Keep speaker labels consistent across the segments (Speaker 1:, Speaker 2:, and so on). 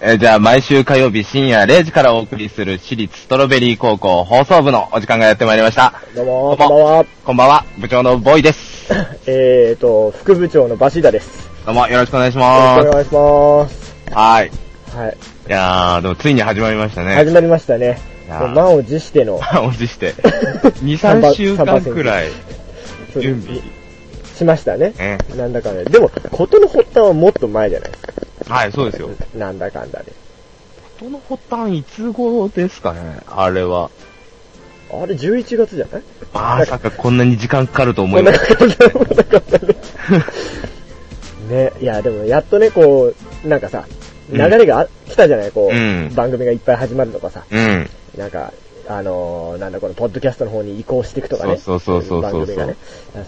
Speaker 1: えーじゃあ毎週火曜日深夜0時からお送りする私立ストロベリー高校放送部のお時間がやってまいりました。
Speaker 2: どうもー、
Speaker 1: ど
Speaker 2: こ
Speaker 1: うんも
Speaker 2: ばんは。
Speaker 1: こんばんは、部長のボイ です。
Speaker 2: えーと、副部長のバシーダです。
Speaker 1: どうもよろしくお願いし
Speaker 2: よ
Speaker 1: ま
Speaker 2: ろしくお願いします。
Speaker 1: す。はい。
Speaker 2: はい。
Speaker 1: いやー、でもついに始まりましたね。
Speaker 2: 始まりましたね。
Speaker 1: いやー
Speaker 2: 満を持して の、
Speaker 1: 満を持して。2、3週間くらい
Speaker 2: そう
Speaker 1: 準備。
Speaker 2: しましたね。
Speaker 1: ね。
Speaker 2: なんだかんだで。でも、ことの発端はもっと前じゃないですか。
Speaker 1: はい、そうですよ。
Speaker 2: なんだかんだで。
Speaker 1: その発端いつ頃ですかね、あれは。
Speaker 2: あれ、11月じゃない
Speaker 1: まさかこんなに時間かかると思
Speaker 2: こ
Speaker 1: い
Speaker 2: ん
Speaker 1: ま
Speaker 2: な
Speaker 1: す。
Speaker 2: 感じだもんなかったね。 ね、いや、でも、やっとね、こう、なんかさ、流れがあ来たじゃない、こう、
Speaker 1: うん
Speaker 2: 番組がいっぱい始まるとかさ。
Speaker 1: うん。
Speaker 2: なんか、あのーなんだこの、ポッドキャストの方に移行していくとかね。
Speaker 1: そうそうそうそうそう
Speaker 2: 番組がね。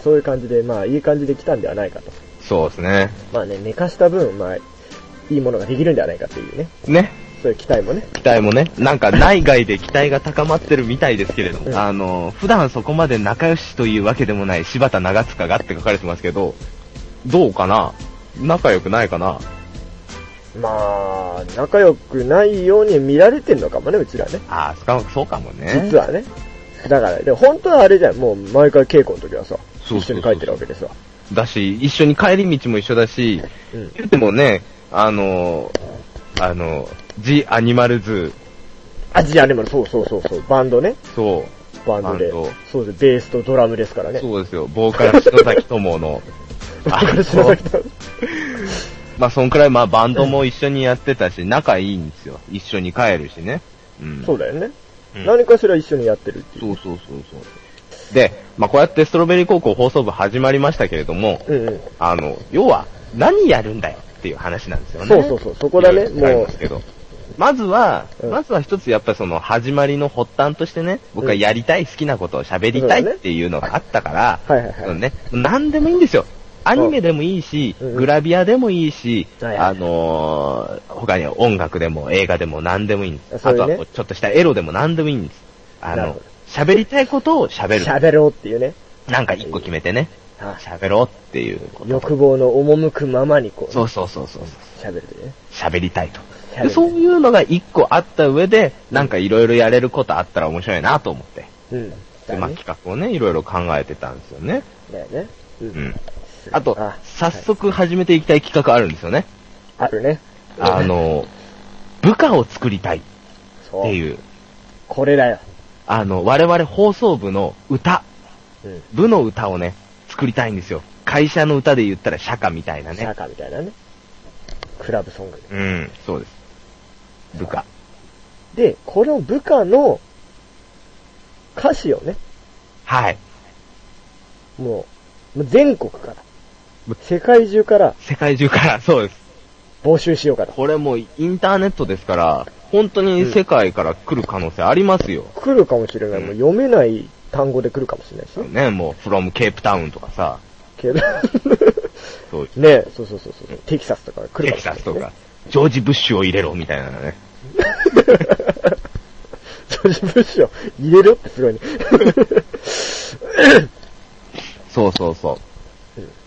Speaker 2: そういう感じで、まあ、いい感じで来たんではないかと。
Speaker 1: そうですね。
Speaker 2: まあね、寝かした分、まあ、いいものができるんではないかっていうね。
Speaker 1: ね。
Speaker 2: そういう期待もね。
Speaker 1: 期待もね、なんか内外で期待が高まってるみたいですけれど
Speaker 2: うん
Speaker 1: も、あの、普段そこまで仲良しというわけでもない柴田長塚がって書かれてますけど、どうかな仲良くないかな
Speaker 2: まあ、仲良くないように見られてんのかもね、うちらね。
Speaker 1: ああ、そうかもね。
Speaker 2: 実はね。だから、でも本当はあれじゃん、もう毎回稽古の時はさ、
Speaker 1: そうそ
Speaker 2: 一緒
Speaker 1: うそう
Speaker 2: に帰ってるわけでさ。
Speaker 1: だし、一緒に帰り道も一緒だし、
Speaker 2: うん。
Speaker 1: 言ってもね、あの、あの、ジ・アニマルズ、
Speaker 2: アジアでもそうそうそうそう、バンドね。
Speaker 1: そう、
Speaker 2: バンドで
Speaker 1: バンド。
Speaker 2: そうです、ベースとドラムですからね。。
Speaker 1: そうですよ、ボーカル篠崎友の
Speaker 2: だから篠崎と
Speaker 1: まあ、そんくらい、まあ、バンドも一緒にやってたし、仲いいんですよ。一緒に帰るしね。うん。
Speaker 2: そうだよね。
Speaker 1: うん
Speaker 2: 何かしら一緒にやってるっていう。
Speaker 1: そうそうそうそう。で、まあ、こうやってストロベリー高校放送部始まりましたけれども、
Speaker 2: うんうん。
Speaker 1: あの、要は、何やるんだよっていう話なんですよね。
Speaker 2: そうそうそう。そこだね、
Speaker 1: いろいろあり
Speaker 2: も
Speaker 1: ますけど。まずは、
Speaker 2: うん
Speaker 1: まずは一つやっぱりその始まりの発端としてね、僕はやりたい、好きなことを喋りたいっていうのがあったから、
Speaker 2: うんはいはいはい
Speaker 1: そのね、何でもいいんですよ。アニメでもいいし、
Speaker 2: うん
Speaker 1: グラビアでもいいし、
Speaker 2: はいはい
Speaker 1: あのー他には音楽でも映画でも何でもいいんです。
Speaker 2: そ
Speaker 1: あ
Speaker 2: ういうね
Speaker 1: とはこうちょっとしたエロでも何でもいいんです。あ
Speaker 2: なるほ
Speaker 1: の、喋りたいことを喋る。
Speaker 2: 喋ろうっていうね。
Speaker 1: なんか一個決めてね、
Speaker 2: はい
Speaker 1: 喋ろうっていうこと。
Speaker 2: 欲望の赴くままにこう、
Speaker 1: そうそうそうそうそう。
Speaker 2: 喋るというね。
Speaker 1: 喋りたいと。
Speaker 2: 喋る
Speaker 1: でそういうのが一個あった上で、なんかいろいろやれることあったら面白いなと思って。
Speaker 2: うん。
Speaker 1: で、
Speaker 2: だ
Speaker 1: まあ
Speaker 2: ね。
Speaker 1: 企画をね、いろいろ考えてたんですよね。
Speaker 2: だよね。う。
Speaker 1: うんん。あと
Speaker 2: あ、
Speaker 1: 早速始めていきたい企画あるんですよね。
Speaker 2: あるね。
Speaker 1: あの、部下を作りたいっ
Speaker 2: そう、
Speaker 1: ていう、
Speaker 2: これだよ。
Speaker 1: あの、我々放送部の歌、
Speaker 2: うん。
Speaker 1: 部の歌をね、作りたいんですよ。会社の歌で言ったら社歌みたいな
Speaker 2: シャ
Speaker 1: ね。
Speaker 2: カみたいなね。クラブソング。
Speaker 1: うん、そうです。部下。
Speaker 2: で、この部下の歌詞をね、
Speaker 1: はい。
Speaker 2: もう、もう全国から、世界中から
Speaker 1: 世界中から、そうです。
Speaker 2: 募集しようかと。
Speaker 1: これもうインターネットですから、本当に世界から来る可能性ありますよ。
Speaker 2: 来るかもしれない。もう読めない単語で来るかもしれないしね。
Speaker 1: ね、もう、from ケープタウンとかさ、
Speaker 2: けど、
Speaker 1: そういう、
Speaker 2: ねそうそうそうそう。テキサスとか来る
Speaker 1: テキ
Speaker 2: かもしれ
Speaker 1: サ
Speaker 2: ない
Speaker 1: ス
Speaker 2: ね
Speaker 1: とか。、ジョージ・ブッシュを入れろみたいなね。
Speaker 2: ジョージ・ブッシュを入れろってすご いね。
Speaker 1: そうそうそ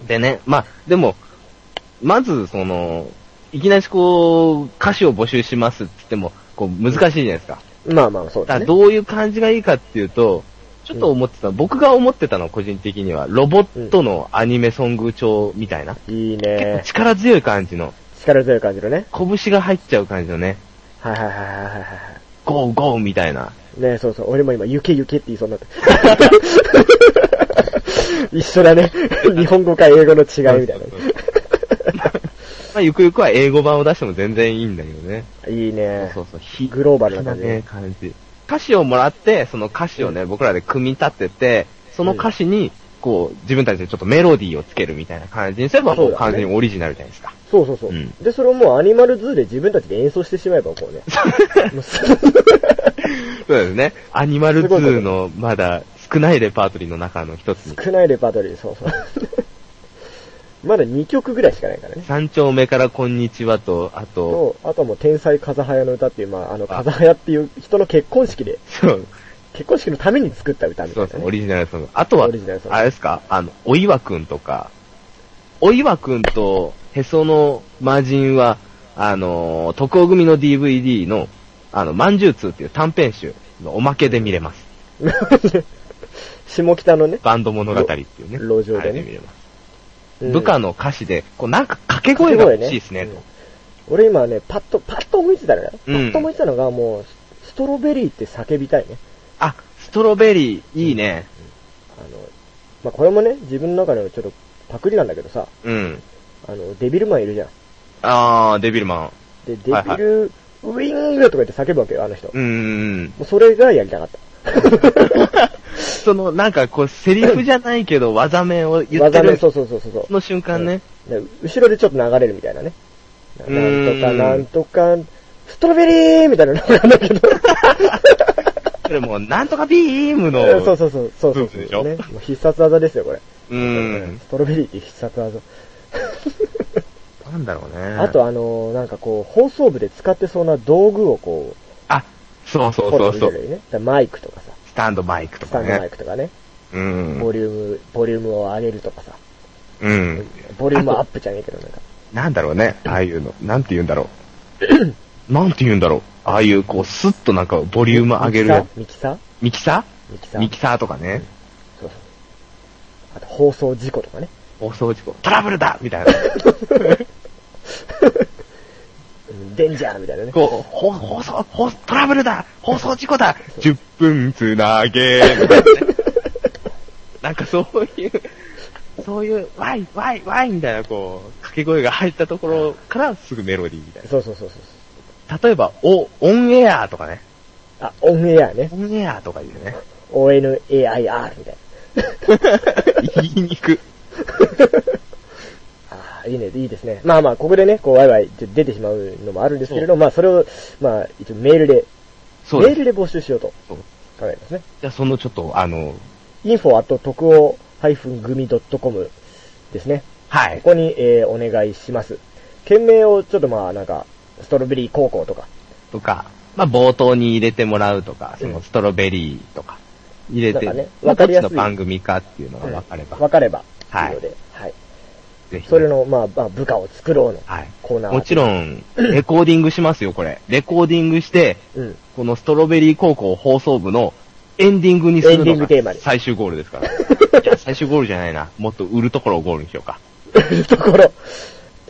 Speaker 1: う。でね、まあ、でも、まず、その、いきなりこう、歌詞を募集しますって言っても、こう、難しいじゃないですか。
Speaker 2: まあまあ、そう
Speaker 1: だか
Speaker 2: だ
Speaker 1: ら
Speaker 2: ね。
Speaker 1: どういう感じがいいかっていうと、ちょっと思ってた、僕が思ってたのは個人的には、ロボットのアニメソング調みたいな、
Speaker 2: いい
Speaker 1: 結構
Speaker 2: ね。
Speaker 1: 力強い感じの、
Speaker 2: 力強い感じのね。
Speaker 1: 拳が入っちゃう感じのね、
Speaker 2: はいはいはいはいはいは
Speaker 1: ゴーゴーみたいな。
Speaker 2: い。ねそうそう。俺も今、ゆけゆけって言いそうに なった。一緒だね。日本語か英語の違いみたい
Speaker 1: そうそうそう まあ、ゆくゆくは英語版を出しても全然いいんだけどね。
Speaker 2: な。いいね
Speaker 1: そうそう、非
Speaker 2: グローバルな感じ
Speaker 1: ね、感じ。歌詞をもらって、その歌詞をね、僕らで組み立てて、その歌詞に、こう、自分たちでちょっとメロディーをつけるみたいな感じにすれば、も
Speaker 2: そう
Speaker 1: う
Speaker 2: だね
Speaker 1: 完全にオリジナルじゃないですか。。
Speaker 2: そうそうそううん で、それをもうアニマルズーで自分たちで演奏してしまえば こうね。もうす
Speaker 1: そうですね。アニマルズ
Speaker 2: すごいこ
Speaker 1: ー
Speaker 2: と
Speaker 1: の、まだ、少ないレパートリーの中の一つに、
Speaker 2: 少ないレパートリー、そう そう。まだ2曲ぐらいしかないからね。
Speaker 1: 三丁目からこんにちはと、あと、
Speaker 2: と、あとはもう天才風早の歌っていう、まあ、あの、風早っていう人の結婚式で、
Speaker 1: そう、
Speaker 2: 結婚式のために作った歌みた
Speaker 1: そ
Speaker 2: いうな、ね。
Speaker 1: そう、オリジナルソング。あとは
Speaker 2: オリジナルソン、グ
Speaker 1: あれですかあの、お岩くんとか、お岩くんと、へその魔人は、あのー、徳尾組の DVD の、あの、まんじゅう2っていう短編集のおまけで見れます。
Speaker 2: 下北のね、
Speaker 1: バンド物語っていうね。
Speaker 2: ろ路上
Speaker 1: あ
Speaker 2: でね
Speaker 1: れ見れます。
Speaker 2: うん
Speaker 1: 部下の歌詞で、こうなんか掛け声が欲しいですね、
Speaker 2: 掛
Speaker 1: と
Speaker 2: け。俺今ね、パッと、パッと思いついたらね、
Speaker 1: うん
Speaker 2: パッと思いついたのがもう、ストロベリーって叫びたいね。
Speaker 1: あ、ストロベリー、いいね。
Speaker 2: あの、まあ、これもね、自分の中ではちょっとパクリなんだけどさ、
Speaker 1: うん。
Speaker 2: あの、デビルマンいるじゃん。
Speaker 1: あー、デビルマン。
Speaker 2: で、デビル、
Speaker 1: はいはい
Speaker 2: ウィングとか言って叫ぶわけよ、あの人。
Speaker 1: うーん。
Speaker 2: もうそれがやりたかった。
Speaker 1: その、なんかこう、セリフじゃないけど、技名を言って
Speaker 2: 技名、
Speaker 1: る。
Speaker 2: そ
Speaker 1: そう
Speaker 2: そうそうそうそう。
Speaker 1: の瞬間ね。
Speaker 2: で後ろでちょっと流れるみたいなね。な
Speaker 1: ーん
Speaker 2: なんとか、なんとか、ストロベリーみたいなのなんだけど。
Speaker 1: それもう、なんとかビームの。
Speaker 2: そうそうそう。そうそう
Speaker 1: そうでし
Speaker 2: そう、
Speaker 1: ょ
Speaker 2: ね。もう必殺技ですよ、これ。
Speaker 1: うーん
Speaker 2: ス。トロベリーって必殺技。
Speaker 1: なんだろうね。
Speaker 2: あと、あのーなんかこう、放送部で使ってそうな道具をこう、
Speaker 1: あ、そうそうそ
Speaker 2: ポロッ
Speaker 1: う
Speaker 2: と
Speaker 1: そ
Speaker 2: 入れ
Speaker 1: う。
Speaker 2: るよね。だからマイクとかさ、
Speaker 1: スタンドマイクと
Speaker 2: ス
Speaker 1: か
Speaker 2: タンドマ
Speaker 1: ね
Speaker 2: イ。クとかね、
Speaker 1: うん。
Speaker 2: ボリューム、ボリュームを上げるとかさ、
Speaker 1: うん。
Speaker 2: ボリュームアップじゃねえけど、なんか。
Speaker 1: なんだろうね。ああいうの。なんて言うんだろう。 なんて言うんだろう。ああいう、こう、スッとなんか、ボリューム上げる。
Speaker 2: ミキサー
Speaker 1: ミキサ
Speaker 2: ミキサ
Speaker 1: ー
Speaker 2: ー
Speaker 1: ミ
Speaker 2: ミ
Speaker 1: キ
Speaker 2: キサー
Speaker 1: サーとかね。
Speaker 2: そうそう。あと、放送事故とかね。
Speaker 1: 放送事故。トラブルだみたいな。
Speaker 2: うんデンジャーみたいなね。
Speaker 1: こう、ほ放送、放トラブルだ放送事故だ !10 分つなげみたいなね。なんかそういう、そういう、ワイ、ワイ、ワイみたいな、こう、掛け声が入ったところからすぐメロディーみたい
Speaker 2: そうそうそうそう。
Speaker 1: な。例えば、お、オンエアーとかね。
Speaker 2: あ、オンエアね。
Speaker 1: オンエアーとか言うね。
Speaker 2: ONAIR みたいな。
Speaker 1: 言いにく。
Speaker 2: ああ、いいね、いいですね。まあまあ、ここでね、こう、ワイワイちょっと出てしまうのもあるんですけれど、まあ、それを、まあ、一応メールで、
Speaker 1: そう
Speaker 2: メ
Speaker 1: で
Speaker 2: ー
Speaker 1: す。
Speaker 2: ルで募集しようと
Speaker 1: そう
Speaker 2: 考えますね。
Speaker 1: じゃあそのちょっと、あの、
Speaker 2: info at 特王 -gumi.com ですね。
Speaker 1: は
Speaker 2: こ
Speaker 1: い。
Speaker 2: こに、えー、お願いします。件名をちょっとまあ、なんか、ストロベリー高校とか、
Speaker 1: とか、まあ冒頭に入れてもらうとか、そのストロベリーとか、入れて、
Speaker 2: なんかね
Speaker 1: まあ
Speaker 2: わかりやす
Speaker 1: ど
Speaker 2: い
Speaker 1: っちの番組かっていうのが分かれば、
Speaker 2: わかれば、
Speaker 1: はい
Speaker 2: というので、はい。
Speaker 1: ぜひ。
Speaker 2: それの、まあ、まあ、部下を作ろうの
Speaker 1: はい。
Speaker 2: コーナー。
Speaker 1: もちろ ん、レコーディングしますよ、これ。レコーディングして、
Speaker 2: うん。
Speaker 1: このストロベリー高校放送部のエンディングにする
Speaker 2: エンディ
Speaker 1: の
Speaker 2: ン
Speaker 1: が
Speaker 2: グテーマで
Speaker 1: 最終ゴールです から。いや、最終ゴールじゃないな。もっと売るところをゴールにしようか。
Speaker 2: ところ。じゃ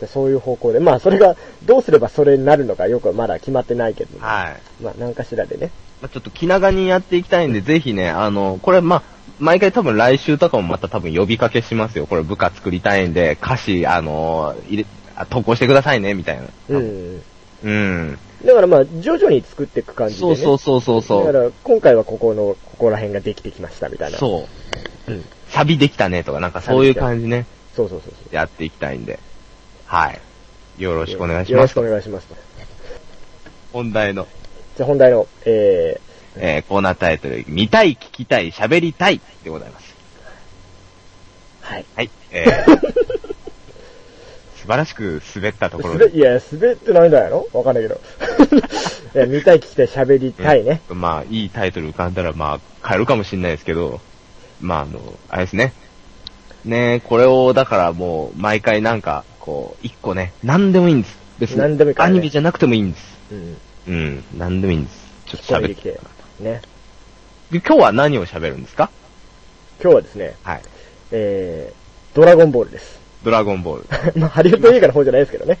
Speaker 2: あそういう方向で。まあ、それが、どうすればそれになるのかよくまだ決まってないけど、
Speaker 1: はい。
Speaker 2: まあ、何かしらでね。
Speaker 1: まあ、ちょっと気長にやっていきたいんで、ぜひね、あの、これ、まあ、毎回多分来週とかもまた多分呼びかけしますよ。これ部下作りたいんで、歌詞、あの、入れ、あ投稿してくださいね、みたいな。
Speaker 2: うん。
Speaker 1: うん。
Speaker 2: だからまあ、徐々に作っていく感じで、
Speaker 1: そ
Speaker 2: ね。
Speaker 1: うそうそうそうそ
Speaker 2: だか
Speaker 1: う。
Speaker 2: ら、今回はここの、ここら辺ができてきましたみたいな。う。
Speaker 1: そう。
Speaker 2: うん
Speaker 1: サビできたねとか、なんかそういう感じね、
Speaker 2: そうそうそうそう。
Speaker 1: やっていきたいんで。はい。よろしくお願いし
Speaker 2: よ
Speaker 1: ま
Speaker 2: ろし
Speaker 1: す
Speaker 2: く。お願いしますと。
Speaker 1: 本題の、
Speaker 2: じゃあ本題の、え
Speaker 1: えー、コーナータイトル、見たい、聞きたい、喋りたいでございます。
Speaker 2: ー、はい。
Speaker 1: はい。え ー、素晴らしく滑ったところ
Speaker 2: 滑、
Speaker 1: で。
Speaker 2: いや、滑ってないんだよ。わかんないけど。 いや、見たい、聞きたい、喋りたいね。
Speaker 1: まあ、いいタイトル浮かんだら、まあ、変えるかもしれないですけど、まあ、あの、あれですね。ねこれを、だからもう、毎回なんか、こう、一個ね、何でもいいんです。別に。
Speaker 2: 何でもいいからね
Speaker 1: アニメじゃなくてもいいんです。
Speaker 2: うん。
Speaker 1: うん、何でもいいんです。ちょっと
Speaker 2: 聞こえ
Speaker 1: 喋
Speaker 2: て
Speaker 1: っ
Speaker 2: き
Speaker 1: て
Speaker 2: て。ね。
Speaker 1: で今日は何を喋るんですか
Speaker 2: 今日はですね、
Speaker 1: はい。
Speaker 2: えー、ドラゴンボールです。
Speaker 1: ドラゴンボール。
Speaker 2: まあ、ハリウッド映画の方じゃないですけどね。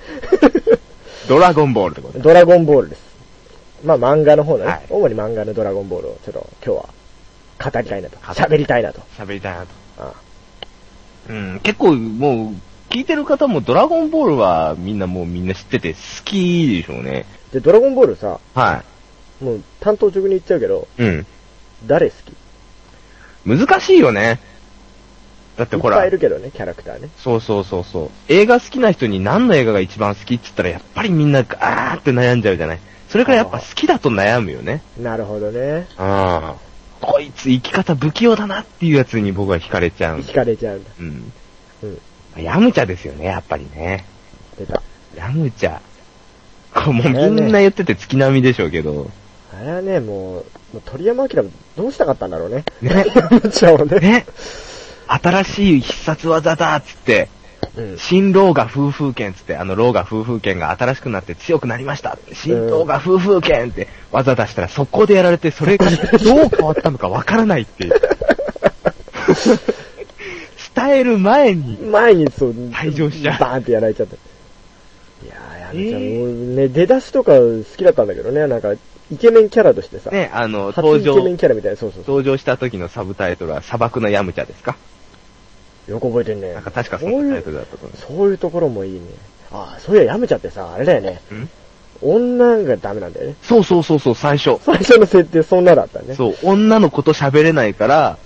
Speaker 1: ドラゴンボールってことで。
Speaker 2: ドラゴンボールです。まあ、漫画の方のね、
Speaker 1: はい
Speaker 2: 主に漫画のドラゴンボールをちょっと今日は語りたいなと。
Speaker 1: 語り
Speaker 2: 喋りたいなと。
Speaker 1: 喋りたいなと。
Speaker 2: あ
Speaker 1: うん、結構もう、聞いてる方もドラゴンボールはみんなもうみんな知ってて好きでしょうね。
Speaker 2: あで、ドラゴンボールさ、
Speaker 1: は
Speaker 2: もう担当直に言っちゃうけど、
Speaker 1: い。うん。
Speaker 2: 誰好き
Speaker 1: 難しいよね。だって
Speaker 2: いっ
Speaker 1: ほ
Speaker 2: ぱ
Speaker 1: ら
Speaker 2: いい、るけどね、キャラクターね。
Speaker 1: そうそうそうそう。映画好きな人に何の映画が一番好きって言ったらやっぱりみんなガーって悩んじゃうじゃない。それからやっぱ好きだと悩むよね。
Speaker 2: なるほどね。
Speaker 1: ああ。こいつ生き方不器用だなっていうやつに僕は惹かれちゃうん
Speaker 2: 惹。かれちゃうんだ。
Speaker 1: うん。
Speaker 2: うん。
Speaker 1: ヤムチャですよね、やっぱりね。
Speaker 2: 出た。
Speaker 1: ヤムチャ。こうもう
Speaker 2: ねえね
Speaker 1: みんな言ってて月並みでしょうけど。
Speaker 2: あれはね、もう、もう鳥山明どうしたかったんだろうね。
Speaker 1: ね。
Speaker 2: やめちゃおうね。
Speaker 1: ね。新しい必殺技だっつって、
Speaker 2: うん
Speaker 1: 新老が夫婦券つって、あの老が夫婦券が新しくなって強くなりましたって、新老が夫婦券って技出したら速攻でやられて、それ がどう変わったのかわからないって いう。伝える前に、
Speaker 2: 前にそう、
Speaker 1: 退場しちゃう
Speaker 2: バーンってやられちゃった。いやー、やめちゃう。
Speaker 1: えー
Speaker 2: 俺ね、出だしとか好きだったんだけどね、なんか、イケメンキャラとしてさ、
Speaker 1: ね、あの、
Speaker 2: 初
Speaker 1: 登
Speaker 2: イケメン
Speaker 1: 場、
Speaker 2: キャラみたいな、そうそうそう。
Speaker 1: 登場した時のサブタイトルは砂漠のヤムチャですか
Speaker 2: よく覚えてんね。
Speaker 1: なんか確かそ
Speaker 2: そうん
Speaker 1: な
Speaker 2: い
Speaker 1: タイト
Speaker 2: う、
Speaker 1: ルだったと思
Speaker 2: そういうところもいいね。ああ、そういや、やめちゃってさ、あれだよね。
Speaker 1: う。ん
Speaker 2: 女がダメなんだよね。
Speaker 1: そうそうそうそう、最初。
Speaker 2: 最初の設定そんなだったね。
Speaker 1: そう、女の子と喋れないから、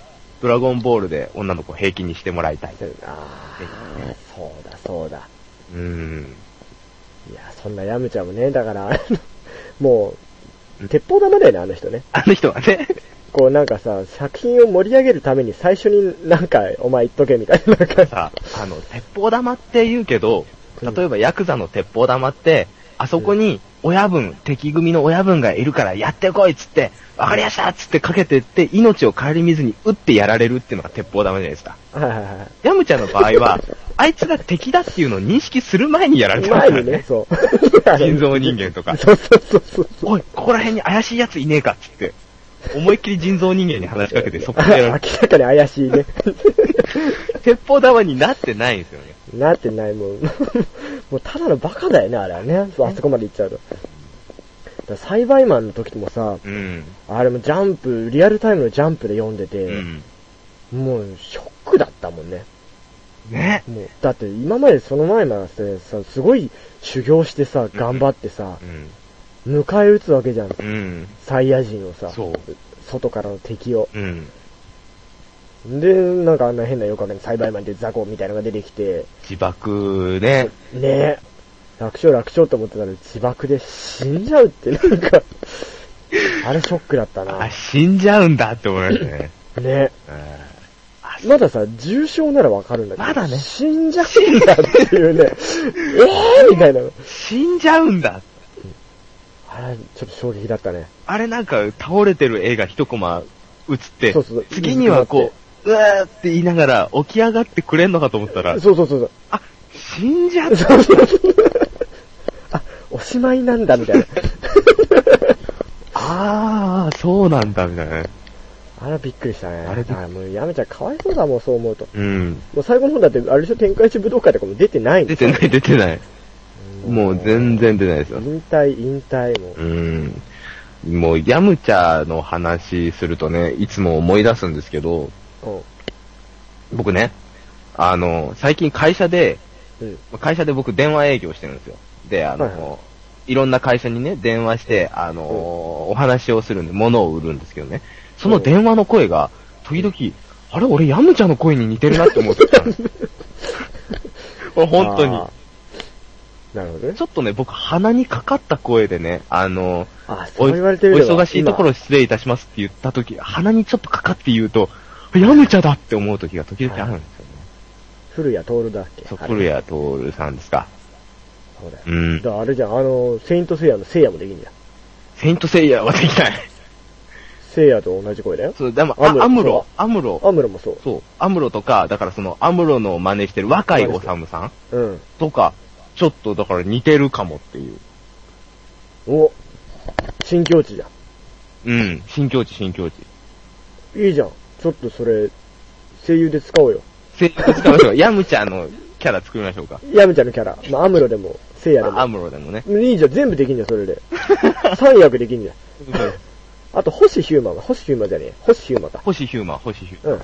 Speaker 1: ドラゴンボールで女の子を平気にしてもらいたい。
Speaker 2: ああ、そうだ、そうだ。
Speaker 1: うん。
Speaker 2: いや、そんなやめちゃうね。だから、あのもう、鉄砲玉だよね、あの人ね。
Speaker 1: あの人は ね、
Speaker 2: こうなんかさ、作品を盛り上げるために最初になんか、お前言っとけみたいななんかさ、
Speaker 1: さ、あの、鉄砲玉って言うけど、
Speaker 2: うん
Speaker 1: 例えばヤクザの鉄砲玉って、あそこに親分、敵組の親分がいるからやってこいっつって、わかりましたっつってかけてって、命を顧みずに撃ってやられるっていうのが鉄砲玉じゃないですか。
Speaker 2: はいはいは
Speaker 1: ヤムちゃんの場合 は、あいつが敵だっていうのを認識する前にやられ
Speaker 2: い。
Speaker 1: てますか
Speaker 2: 前
Speaker 1: ら
Speaker 2: にね、
Speaker 1: ね。
Speaker 2: そ う。
Speaker 1: 人造人間とか。
Speaker 2: そうそうそうそう。
Speaker 1: おい、ここら辺に怪しいやついねえかっつって、思いっきり人造人間に話しかけ て、そこでや
Speaker 2: 明
Speaker 1: ら
Speaker 2: ら
Speaker 1: れ
Speaker 2: かに怪しいね。
Speaker 1: 鉄砲玉になってないんですよね。
Speaker 2: なってない、もう。 もうただのバカだよね、あれはね。そうあそこまで行っちゃうと。だから栽培マンの時もさ、
Speaker 1: うん。
Speaker 2: あれもジャンプ、リアルタイムのジャンプで読んでて、
Speaker 1: うん。
Speaker 2: もうショックだったもんね。
Speaker 1: ね。
Speaker 2: もう、だって今までその前までさ、すごい修行してさ、頑張ってさ
Speaker 1: う、ん。
Speaker 2: 迎え撃つわけじゃん。
Speaker 1: うん。
Speaker 2: サイヤ人をさ、
Speaker 1: そう
Speaker 2: 外からの敵を。
Speaker 1: うん。
Speaker 2: で、なんかあんな変な予感に栽培マンで雑魚みたいなのが出てきて、
Speaker 1: 自爆ね。
Speaker 2: ねえ、楽勝楽勝と思ってたら自爆で死んじゃうってな んか、あれショックだったな。
Speaker 1: あ、
Speaker 2: ね
Speaker 1: 死んじゃうんだって思いましたね。
Speaker 2: え。
Speaker 1: うん
Speaker 2: まださ、重傷ならわかるんだけど。
Speaker 1: まだね
Speaker 2: 死んじゃうんだっていう ね。えーみたいな。
Speaker 1: 死んじゃうんだ。
Speaker 2: あれ、ちょっと衝撃だったね。
Speaker 1: あれなんか倒れてる絵が一コマ映って
Speaker 2: そうそう、
Speaker 1: 次にはこう、うわーって言いながら起き上がってくれんのかと思ったら、
Speaker 2: そうそうそうそう。
Speaker 1: あ、死んじゃった。
Speaker 2: あ、おしまいなんだ みたいな。
Speaker 1: あー、そうなんだ、みたいなね。
Speaker 2: あれびっくりしたね。
Speaker 1: あれびっ
Speaker 2: あもうやめちゃんかわいそうだもん、そう思うと。
Speaker 1: うん。
Speaker 2: もう最後の方だって、あれでしょ、天下一武道会とかも出てないん
Speaker 1: 出
Speaker 2: で
Speaker 1: てない、出てない。もう全然出ないですよ。
Speaker 2: 引退、引退もう
Speaker 1: う。ん。もう、ヤムチャの話するとね、いつも思い出すんですけど、
Speaker 2: うん。
Speaker 1: 僕ね、あの、最近会社で、
Speaker 2: うん。
Speaker 1: 会社で僕電話営業してるんですよ。で、あの、
Speaker 2: はい
Speaker 1: い
Speaker 2: は
Speaker 1: ろんな会社にね、電話して、あの、
Speaker 2: うん
Speaker 1: お話をするんで、物を売るんですけどね、その
Speaker 2: うん
Speaker 1: 電話の声が、時々、あれ俺ヤムチャの声に似てるなって思ってたんですよ。俺本当に
Speaker 2: あ。ー。なるほどね
Speaker 1: ち。ょっとね、僕鼻にかかった声でね、あの、
Speaker 2: あ、そ
Speaker 1: お
Speaker 2: う
Speaker 1: い
Speaker 2: 言われてみれば
Speaker 1: お忙しいところ失礼いたしますって言ったとき、鼻にちょっとかかって言うと、やむちゃだって思うときが時々あるんですよね。
Speaker 2: 今古谷徹だっけ
Speaker 1: そう、
Speaker 2: あれ
Speaker 1: 古谷徹さんですか。
Speaker 2: そうだよ。
Speaker 1: うん
Speaker 2: だか。らあれじゃん、あの、セイントセイヤのセイヤもできんじゃん。
Speaker 1: セイントセイヤはできない。
Speaker 2: セイヤと同じ声だよ。
Speaker 1: そう、でも、
Speaker 2: アム
Speaker 1: あ
Speaker 2: ロ
Speaker 1: アムロ、アムロ、
Speaker 2: アムロもそう。
Speaker 1: そう、アムロとか、だからその、アムロの真似してる若いおさむさん
Speaker 2: うん。
Speaker 1: とか、ちょっとだから似てるかもっていう。
Speaker 2: お、新境地じゃん。
Speaker 1: うん、新境地、新境地。
Speaker 2: いいじゃん。ちょっとそれ、声優で使おうよ。
Speaker 1: セイント使い ましょう。ヤムチャのキャラ作りましょうか。
Speaker 2: ヤムちゃんのキャラ。まあ、アムロでも、セイヤで
Speaker 1: まあア
Speaker 2: も。
Speaker 1: ムロでもね。
Speaker 2: いいじゃん、全部できんじゃん、そ れで。三役できんじゃん。あと、星ヒューマンが、星ヒューマンじゃねえ。星ヒューマンか。
Speaker 1: 星ヒューマン、星ヒューマン。
Speaker 2: うん。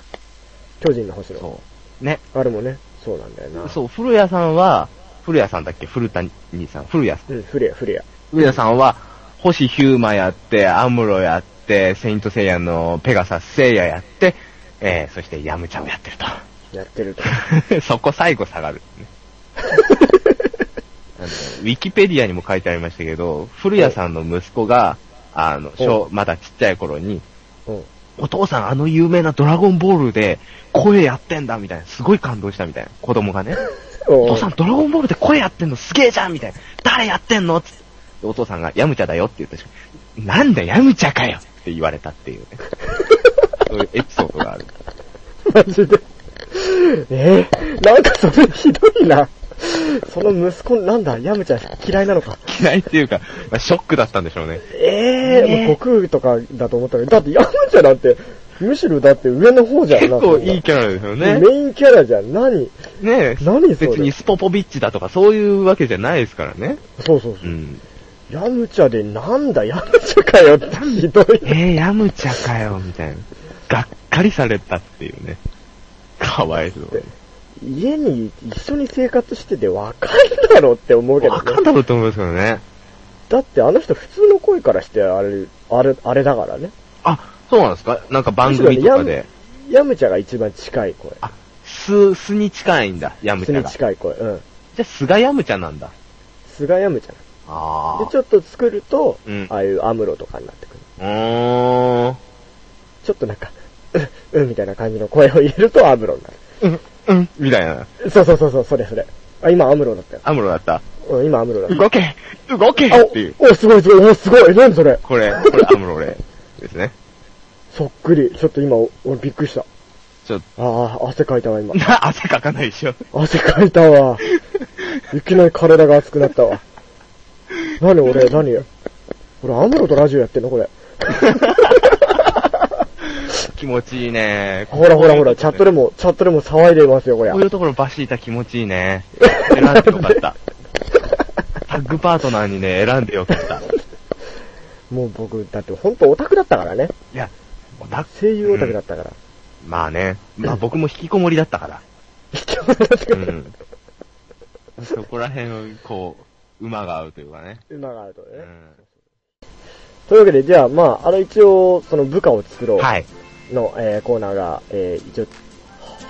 Speaker 2: 巨人の星の。
Speaker 1: そう。ね。
Speaker 2: あれもね、そうなんだよな。
Speaker 1: そう、古谷さんは、古谷さんだっけ古谷さん。古谷さん。
Speaker 2: う。うん、フレア、フレア。
Speaker 1: 古谷さんは、星ヒューマやって、アムロやって、セイントセイヤのペガサスセイヤやって、えー、そしてヤムチャをやってる
Speaker 2: やってると。
Speaker 1: と。 そこ最後下がる、ねあの。ウィキペディアにも書いてありましたけど、古谷さんの息子が、あの、小まだちっちゃい頃に、
Speaker 2: うん。
Speaker 1: お父さんあの有名なドラゴンボールで声やってんだみたいな、すごい感動したみたいな、子供がね。お
Speaker 2: お
Speaker 1: 父さん、ドラゴンボールで声やってんのすげえじゃんみたいな。誰やってんのつって。でお父さんが、ヤムチャだよって言った瞬間、なんだヤムチャかよって言われたっていうね。そういうエピソードがある。
Speaker 2: マジで。えーなんかそれひどいな。その息子、なんだ、ヤムちゃん嫌いなのか。
Speaker 1: 嫌いっていうか、まあ、ショックだったんでしょうね。
Speaker 2: ええ
Speaker 1: ねえ
Speaker 2: もう悟空とかだと思ったけど、だってヤムチャなんて、むしろだって上の方じゃん。
Speaker 1: 結構いい
Speaker 2: キ
Speaker 1: キャラですよ
Speaker 2: ャラ、
Speaker 1: ね。
Speaker 2: メインキャラじゃん。何
Speaker 1: ねえ。
Speaker 2: 何それ
Speaker 1: 別にスポポビッチだとかそういうわけじゃないですからね。
Speaker 2: そうそう
Speaker 1: う
Speaker 2: そう。
Speaker 1: ん。
Speaker 2: ヤムチャでなんだ、ヤムチャか よってひどい。
Speaker 1: えー、ヤムチャかよ、みたいな。がっかりされたっていうね。かわいそう。
Speaker 2: 家に一緒に生活しててわかるだろうって思うけど
Speaker 1: わかん
Speaker 2: ね。
Speaker 1: だろうと思いますけどね。
Speaker 2: だってあの人普通の声からしてあれ、あれ、あれだからね。
Speaker 1: あ、そうなんですかなんか番組とかで。
Speaker 2: ヤムチャが一番近い声。
Speaker 1: あ、す、すに近いんだ、ヤム
Speaker 2: 普通
Speaker 1: チャ
Speaker 2: に
Speaker 1: が。じ
Speaker 2: 近い声。うん。
Speaker 1: ゃあ、すがヤムチャなんだ。
Speaker 2: 菅ヤムチャ。
Speaker 1: あ
Speaker 2: で、ちょっと作ると、
Speaker 1: うん
Speaker 2: ああいうアムロとかになってくる。
Speaker 1: あ。うーん。
Speaker 2: ちょっとなんか、 うん、うんみたいな感じの声を入れるとアムロにな
Speaker 1: うん、うん、みたいな。
Speaker 2: る。そうそうそう、そうそれそれ。あ、今アムロだったよ。
Speaker 1: アムロだった。
Speaker 2: うん、今アムロだ った。
Speaker 1: 動け動け
Speaker 2: あ
Speaker 1: っていう。
Speaker 2: お、お、すごいすごい、お、すごい、何それ。
Speaker 1: これ、これアムロレですね。
Speaker 2: そっくり。ちょっと今、お俺びっくりした。
Speaker 1: ちょっ
Speaker 2: ああ、汗かいたわ、今
Speaker 1: と、。な、汗かかないで しょ。
Speaker 2: 汗かいたわ。いきなり体が熱くなったわ。何俺、何俺、アムロとラジオやってんのこれ。
Speaker 1: 気持ちいいね。
Speaker 2: ほらほらほら、チャットでも、チャットでも騒いでいますよ、こりゃ
Speaker 1: こう。いうところバシータ気持ちいいね。選んでよかっ た。タッグパートナーにね、選んでよかった。い
Speaker 2: もう僕、だって本当オタクだったからね。
Speaker 1: や、もうだ
Speaker 2: 声優オタクだったから。
Speaker 1: まあね。まあ僕も引きこもりだったから。うん。 そこら辺、こう、馬が合うというかね。
Speaker 2: 馬があるとね。
Speaker 1: うん
Speaker 2: というわけで、じゃあ、まあ、あの一応、その部下を作ろ
Speaker 1: はい。
Speaker 2: うの、えーコーナーが、えー一応、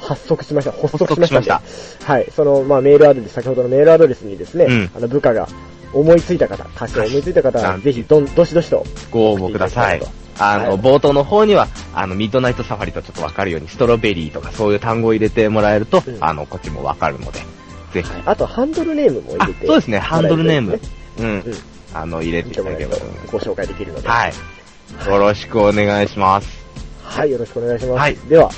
Speaker 2: 発足しました。発
Speaker 1: 発
Speaker 2: 足し
Speaker 1: 足
Speaker 2: ま
Speaker 1: し
Speaker 2: した
Speaker 1: ま
Speaker 2: ん
Speaker 1: し
Speaker 2: で
Speaker 1: た。
Speaker 2: はい。その、まあ、メールアドレス、先ほどのメールアドレスにですね、
Speaker 1: うん
Speaker 2: あの部下が思いついた方、歌詞を思いついた方
Speaker 1: は
Speaker 2: は、
Speaker 1: い
Speaker 2: ぜひ、どん、どしどしと。
Speaker 1: ご応募ください。あの、
Speaker 2: はい
Speaker 1: 冒頭の方には、あの、ミッドナイトサファリとちょっとわかるように、ストロベリーとかそういう単語を入れてもらえると、
Speaker 2: うん
Speaker 1: あの、こっちもわかるので、ぜひ。
Speaker 2: あと、ハンドルネームも
Speaker 1: あ
Speaker 2: 入れ、て。
Speaker 1: そうですね、ハンドルネーム。うん
Speaker 2: うん。
Speaker 1: あの、入れて
Speaker 2: 見
Speaker 1: い
Speaker 2: て
Speaker 1: た
Speaker 2: も
Speaker 1: だ
Speaker 2: らえ
Speaker 1: けれ
Speaker 2: る
Speaker 1: ば
Speaker 2: と
Speaker 1: と思いま、
Speaker 2: ご紹介できるの
Speaker 1: す。
Speaker 2: で。
Speaker 1: はい。よろしくお願いします。
Speaker 2: はい、よろしくお願いします。
Speaker 1: はい
Speaker 2: では、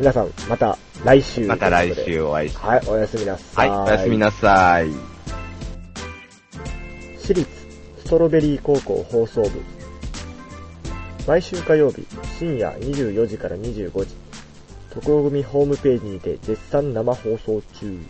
Speaker 2: 皆さん、また来週。
Speaker 1: また来。週お会いしま
Speaker 2: はい、おやすみな
Speaker 1: す。
Speaker 2: さ。
Speaker 1: はいい、おやすみなさい。
Speaker 2: 私立ストロベリー高校放送部毎週火曜日深夜24時から25時渡航組ホームページにて絶賛生放送中